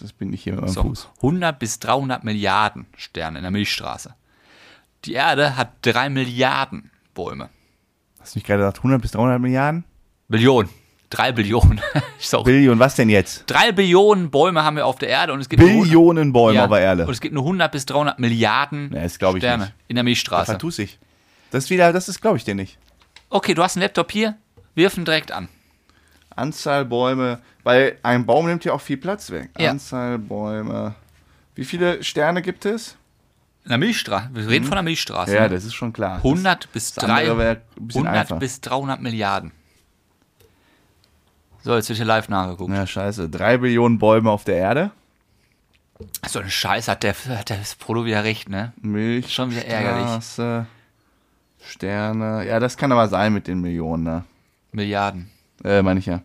A: Das bin ich hier am
B: So,
A: Fuß.
B: 100 bis 300 Milliarden Sterne in der Milchstraße. Die Erde hat 3 Milliarden Bäume.
A: Hast du nicht gerade gesagt 100 bis 300 Milliarden?
B: Billionen. 3 Billionen. Sorry.
A: Billion, was denn jetzt?
B: 3 Billionen Bäume haben wir auf der Erde und es gibt nur 100
A: Billionen Bäume auf der Erde.
B: Und es gibt nur 100 bis 300 Milliarden
A: Nee, das glaub ich
B: Sterne
A: nicht.
B: in der Milchstraße.
A: Vertust ich. Das ist wieder, das ist glaube ich dir nicht.
B: Okay, du hast einen Laptop hier. Wirfen direkt an.
A: Anzahl Bäume, weil ein Baum nimmt ja auch viel Platz weg.
B: Ja.
A: Anzahl Bäume. Wie viele Sterne gibt es?
B: Eine Milchstraße. Wir reden von einer Milchstraße.
A: Mhm. Ja,
B: ne?
A: das ist schon klar.
B: 100 bis,
A: das andere wär
B: 300,
A: ein bisschen einfach.
B: bis 300 Milliarden. So, jetzt wird hier live nachgeguckt.
A: Na scheiße, drei Billionen Bäume auf der Erde.
B: So ein Scheiß hat der, hat der Polo wieder recht, ne?
A: Milch,
B: Schon wieder ärgerlich.
A: Straße, Sterne. Ja, das kann aber sein mit den Millionen, ne?
B: Milliarden.
A: Äh, meine ich ja.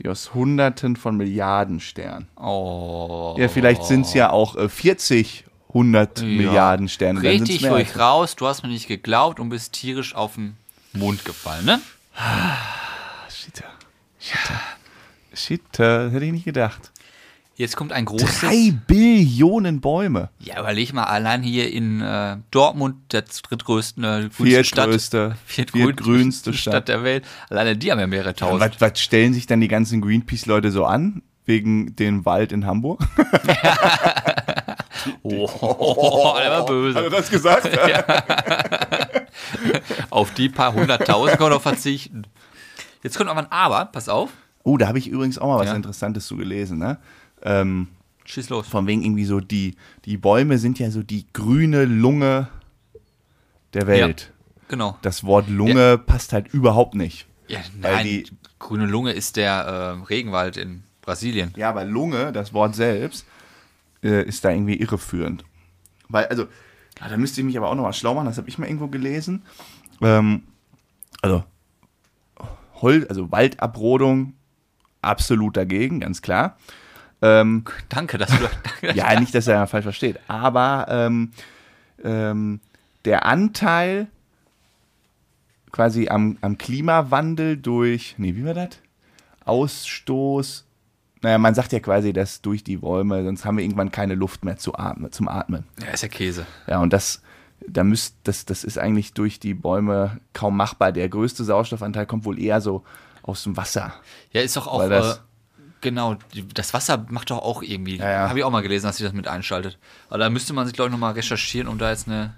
A: Die aus Hunderten von Milliarden Sternen.
B: Oh.
A: Ja, vielleicht sind es ja auch äh, 40, 100 Milliarden Sterne. dann sind's
B: Richtig
A: mehr.
B: ruhig raus, du hast mir nicht geglaubt und bist tierisch auf den Mund gefallen, ne?
A: Shit. Shit, äh, hätte ich nicht gedacht.
B: Jetzt kommt ein großes.
A: Drei Billionen Bäume.
B: Ja, überleg mal, allein hier in äh, Dortmund, der drittgrößten, äh, grünste
A: Viertgrößte,
B: Stadt,
A: viertgrünste
B: Stadt.
A: Stadt.
B: der Welt. Alleine die haben ja mehrere
A: Ja,
B: tausend.
A: was, was stellen sich dann die ganzen Greenpeace-Leute so an? Wegen den Wald in Hamburg?
B: oh, oh, der war böse.
A: Hat er das gesagt?
B: Auf die paar hunderttausend kann man doch verzichten. Jetzt kommt aber ein Aber, pass auf.
A: Oh, da habe ich übrigens auch mal was
B: Ja.
A: Interessantes zu gelesen. Ne? Ähm,
B: Schieß los.
A: von wegen irgendwie so, die, die Bäume sind ja so die grüne Lunge der Welt.
B: Genau.
A: Das Wort Lunge passt halt überhaupt nicht.
B: Ja,
A: Weil
B: nein,
A: die-
B: grüne Lunge ist der äh, Regenwald in Brasilien.
A: Ja, aber Lunge, das Wort selbst, äh, ist da irgendwie irreführend. Weil, also, ah, da müsste ich mich aber auch nochmal schlau machen, das habe ich mal irgendwo gelesen. Ähm, also, Hol, also Waldabrodung, absolut dagegen, ganz klar. Ähm,
B: Danke, dass du. danke, dass
A: ja, nicht, dass er falsch versteht, aber ähm, ähm, der Anteil quasi am, am Klimawandel durch, nee, wie war das? Ausstoß, naja, man sagt ja quasi, dass durch die Bäume, sonst haben wir irgendwann keine Luft mehr zu atmen, zum Atmen.
B: Ja, ist ja Käse.
A: Ja, und das, da müsst, das, das ist eigentlich durch die Bäume kaum machbar. Der größte Sauerstoffanteil kommt wohl eher so aus dem Wasser.
B: Ja, ist doch auch.
A: Weil das-
B: äh, genau, die- das Wasser macht doch auch irgendwie.
A: Ja, ja.
B: Habe ich auch mal gelesen, dass sie das mit einschaltet. Aber da müsste man sich, glaube ich, nochmal recherchieren, um da jetzt eine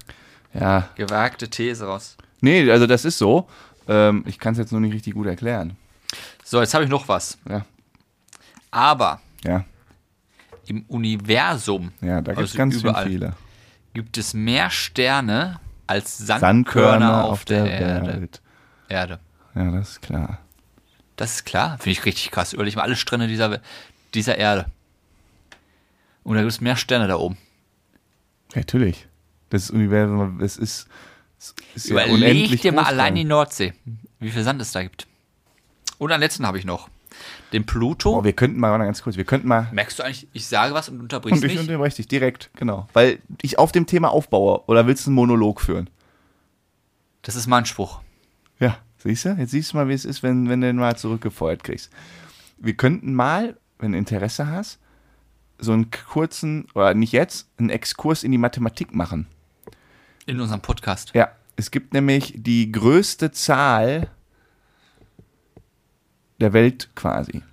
A: Ja,
B: gewagte These raus.
A: nee, also das ist so. Ähm, ich kann es jetzt nur nicht richtig gut erklären.
B: So, jetzt habe ich noch was.
A: Ja,
B: Aber
A: ja.
B: im Universum
A: Ja, da gibt es
B: Also
A: ganz schön
B: überall.
A: viele.
B: gibt es mehr Sterne als Sandkörner,
A: Sandkörner
B: auf, der, Erde.
A: Welt.
B: Erde.
A: Ja, das ist klar.
B: Das ist klar. Finde ich richtig krass. Überleg mal alle Strände dieser, We- dieser Erde. Und da gibt es mehr Sterne da oben.
A: Ja, natürlich. Das Universum, es ist, es ist ja
B: Überleg
A: unendlich
B: dir mal
A: groß
B: allein die
A: dann.
B: Nordsee, wie viel Sand es da gibt. Und einen letzten habe ich noch. Den Pluto.
A: Oh, wir könnten mal, warte mal ganz kurz, wir könnten mal.
B: Merkst du eigentlich, ich sage was und du unterbrichst
A: Und ich
B: mich?
A: unterbreche dich direkt, genau. Weil ich auf dem Thema aufbaue. Oder willst du einen Monolog führen?
B: Das ist mein Spruch.
A: Ja, siehst du? Jetzt siehst du mal, wie es ist, wenn, wenn du den mal zurückgefeuert kriegst. Wir könnten mal, wenn du Interesse hast, so einen kurzen, oder nicht jetzt, einen Exkurs in die Mathematik machen.
B: In unserem Podcast.
A: Ja, es gibt nämlich die größte Zahl der Welt quasi.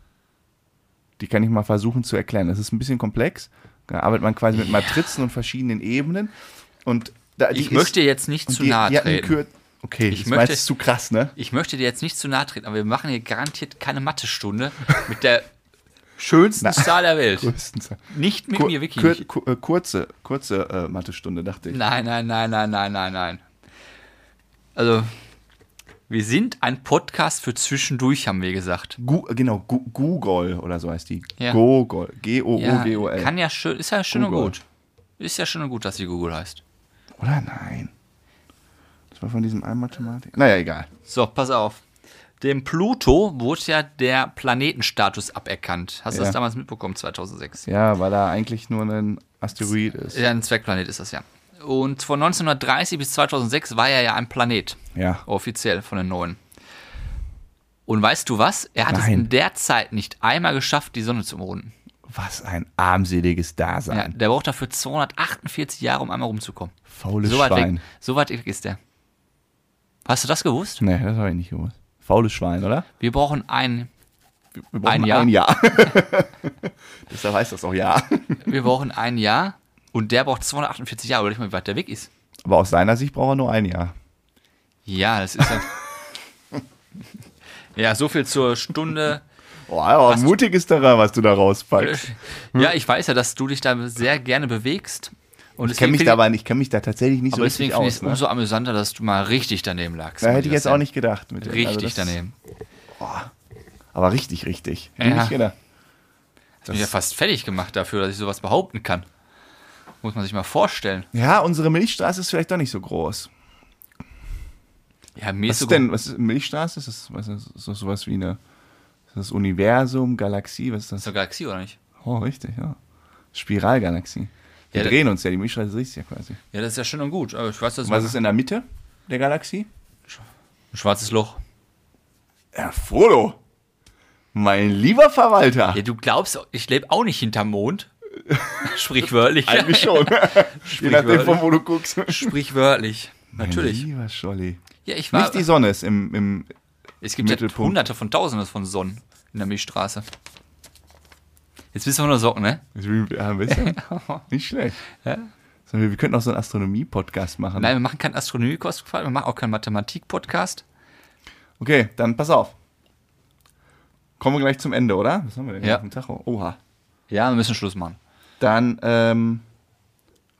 A: Die kann ich mal versuchen zu erklären. Das ist ein bisschen komplex. Da arbeitet man quasi mit Matrizen und verschiedenen Ebenen. Und da, die
B: Ich
A: ist-
B: möchte jetzt nicht
A: und
B: zu
A: die-
B: nahe
A: die hat einen
B: treten.
A: Kür- Okay, ich das
B: möchte-
A: meinst du zu krass, ne?
B: Ich möchte dir jetzt nicht zu nahe treten, aber wir machen hier garantiert keine Mathestunde mit der schönsten Zahl der Welt.
A: Größten
B: Nicht mit mir, wirklich
A: Kur
B: nicht.
A: kur äh, kurze kurze äh, Mathestunde, dachte ich.
B: Nein, nein, nein, nein, nein, nein, nein. Also, wir sind ein Podcast für zwischendurch, haben wir gesagt.
A: Gu genau, Gu Google oder so heißt die.
B: Ja.
A: Gogol.
B: Ja,
A: G-O-O-G-O-L.
B: kann ja schön, ist ja schön
A: Google.
B: und gut. Ist ja schön und gut, dass sie Google heißt.
A: Oder nein? Das war von diesem einen Mathematik. Naja, egal.
B: So, pass auf. Dem Pluto wurde ja der Planetenstatus aberkannt. Hast du
A: Ja.
B: das damals mitbekommen, 2006?
A: Ja, weil er eigentlich nur ein Asteroid ist.
B: Ja, ein Zwergplanet ist das ja. Und von 1930 bis 2006 war er ja ein Planet.
A: Ja.
B: Offiziell von den Neuen. Und weißt du was? Er hat es
A: Nein.
B: in der Zeit nicht einmal geschafft, die Sonne zu umrunden.
A: Was ein armseliges
B: Ja,
A: Dasein.
B: der braucht dafür 248 Jahre, um einmal rumzukommen.
A: Faules
B: So weit,
A: Schwein.
B: weg, so weit weg ist der. Hast du das gewusst?
A: Nee, das habe ich nicht gewusst. Faules Schwein, oder?
B: Wir brauchen einen,
A: Wir brauchen
B: Ein Jahr.
A: Ein Jahr. Deshalb heißt das auch Jahr.
B: wir brauchen ein Jahr und der braucht 248 Jahre, weil ich mal, wie weit der weg ist.
A: Aber aus seiner Sicht braucht er nur ein Jahr.
B: Ja, das ist ja. Ja, so viel zur Stunde.
A: Oh, aber
B: Hast-
A: mutig ist daran, was du da
B: Äh,
A: rauspackst.
B: Ja, ich weiß ja, dass du dich da sehr gerne bewegst. Und
A: Ich kenne mich, da aber nicht- ich kenn mich da tatsächlich nicht
B: aber
A: so
B: deswegen
A: richtig
B: finde ich es
A: aus. Ne?
B: umso amüsanter, dass du mal richtig daneben lagst.
A: Da
B: muss
A: hätte ich
B: das
A: jetzt auch
B: sagen.
A: nicht gedacht. Mit,
B: Richtig
A: also das-
B: daneben.
A: Aber richtig, richtig. Hätte ich
B: Ja.
A: nicht gedacht.
B: Ich bin ja fast fertig gemacht dafür, dass ich sowas behaupten kann. Muss man sich mal vorstellen.
A: Ja, unsere Milchstraße ist vielleicht doch nicht so groß.
B: Ja, mir
A: Was
B: so
A: ist denn, was ist Milchstraße? Ist das, was ist, ist das sowas wie eine, ist das Universum, Galaxie? Was ist
B: Ist
A: das?
B: doch Galaxie, oder nicht?
A: Oh, richtig, ja. Spiralgalaxie. Wir
B: Ja, da-
A: drehen uns ja, die Milchstraße dreht sich ja quasi.
B: Ja, das ist ja schön und gut. Aber ich weiß, das
A: Was ist in der Mitte der Galaxie?
B: ein schwarzes Loch.
A: Herr Frodo, mein lieber Verwalter.
B: Ja, du glaubst, ich lebe auch nicht hinterm Mond. Sprichwörtlich.
A: Eigentlich schon. Je nachdem, von wo du guckst.
B: Sprichwörtlich.
A: Mein
B: Natürlich. äh,
A: lieber Scholli.
B: Ja, ich war.
A: Nicht die Sonne ist im, im
B: Es gibt ja
A: Mittelpunkt.
B: hunderte von tausenden von Sonnen in der Milchstraße. Jetzt bist du von der Socken, ne?
A: ja, ein bisschen. Nicht schlecht. Sondern Wir, wir könnten auch so einen Astronomie-Podcast machen.
B: Nein, wir machen keinen Astronomie-Podcast, wir machen auch keinen Mathematik-Podcast.
A: Okay, dann pass auf. Kommen wir gleich zum Ende, oder? Was haben wir denn
B: Ja.
A: auf dem Tacho? Oha.
B: Ja, wir müssen Schluss machen.
A: Dann ähm,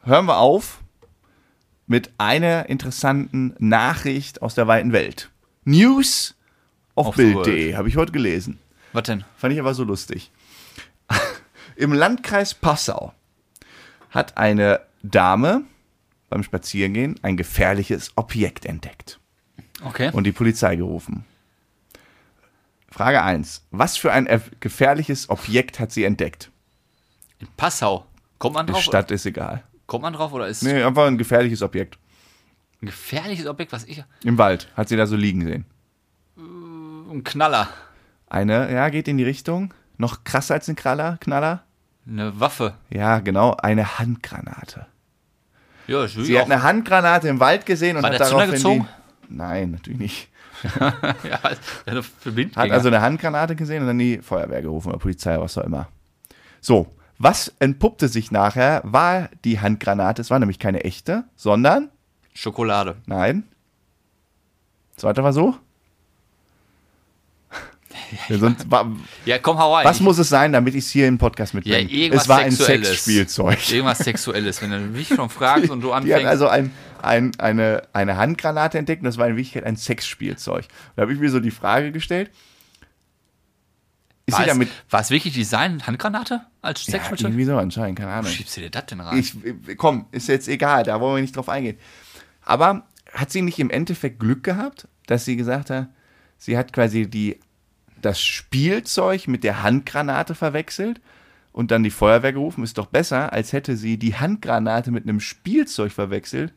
A: hören wir auf mit einer interessanten Nachricht aus der weiten Welt. News auf
B: Of the
A: Bild.de habe ich heute gelesen.
B: Was denn?
A: Fand ich aber so lustig. Im Landkreis Passau hat eine Dame beim Spazierengehen ein gefährliches Objekt entdeckt
B: Okay.
A: und die Polizei gerufen. Frage 1. Was für ein erf- gefährliches Objekt hat sie entdeckt?
B: In Passau. Kommt man
A: Die
B: drauf?
A: Stadt ist egal.
B: Kommt man drauf oder ist
A: Nee, einfach ein gefährliches Objekt.
B: ein gefährliches Objekt, was ich.
A: Im Wald hat sie da so liegen sehen.
B: Ein Knaller.
A: Eine, ja, geht in die Richtung. Noch krasser als ein Knaller. Knaller.
B: Eine Waffe.
A: Ja, genau, eine Handgranate.
B: Ja, ich will
A: Sie
B: auch.
A: hat eine Handgranate im Wald gesehen und
B: War
A: hat
B: der Zünder
A: daraufhin
B: gezogen?
A: die... Nein, natürlich nicht.
B: ja, eine
A: Hat
B: Verbindung.
A: also eine Handgranate gesehen und dann die Feuerwehr gerufen oder Polizei oder was auch immer. So, was entpuppte sich nachher, war die Handgranate. Es war nämlich keine echte, sondern,
B: Schokolade.
A: nein, zweiter Versuch. Ja, sonst, wa,
B: Ja, komm, hau rein.
A: was
B: Ich-
A: muss es sein, damit ich es hier im Podcast mitbringe?
B: irgendwas
A: es war ein
B: Sexuelles.
A: Sexspielzeug.
B: Irgendwas Sexuelles. Wenn du mich schon fragst und du
A: Die hat
B: anfängst.
A: also ein, ein, eine, eine Handgranate entdeckt und das war in Wirklichkeit ein Sexspielzeug. Da habe ich mir so die Frage gestellt, ist
B: war,
A: sie
B: es,
A: damit
B: war es wirklich Design Handgranate als Sexspielzeug?
A: irgendwie so anscheinend, keine
B: Wo
A: Ahnung.
B: schiebst du dir das denn rein?
A: Ich, komm, ist jetzt egal, da wollen wir nicht drauf eingehen. Aber hat sie nicht im Endeffekt Glück gehabt, dass sie gesagt hat, sie hat quasi die, das Spielzeug mit der Handgranate verwechselt und dann die Feuerwehr gerufen, ist doch besser, als hätte sie die Handgranate mit einem Spielzeug verwechselt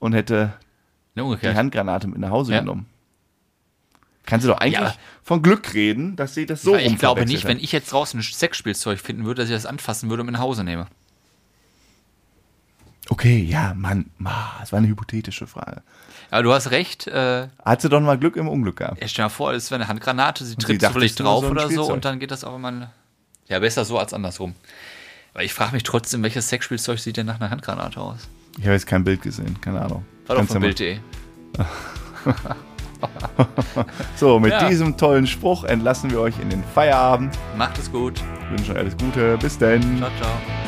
A: und hätte die
B: ne, umgekehrt.
A: Handgranate mit nach Hause
B: Ja.
A: genommen. Kannst du doch eigentlich
B: Ja.
A: von Glück reden, dass sie das so
B: Weil ich glaube
A: rumverwechselt
B: nicht,
A: hat.
B: wenn ich jetzt draußen ein Sexspielzeug finden würde, dass ich das anfassen würde und mit nach Hause nehme.
A: Okay, ja, Mann, ma, das war eine hypothetische Frage.
B: Aber du hast recht. Äh,
A: Hat sie doch mal Glück im Unglück gehabt.
B: stell dir mal vor, es wäre eine Handgranate, sie
A: sie
B: tritt
A: dachte, es
B: zufällig
A: ist nur
B: drauf
A: so ein
B: oder so
A: Spielzeug.
B: und dann geht das auf einmal. Ja, besser so als andersrum. Aber ich frage mich trotzdem, welches Sexspielzeug sieht denn nach einer Handgranate aus?
A: Ich habe jetzt kein Bild gesehen, keine Ahnung.
B: War doch
A: Kannst
B: von
A: ja
B: Bild.de.
A: mal- So, mit
B: Ja.
A: diesem tollen Spruch entlassen wir euch in den Feierabend.
B: Macht es gut.
A: Wünschen euch alles Gute. Bis denn.
B: Ciao, ciao.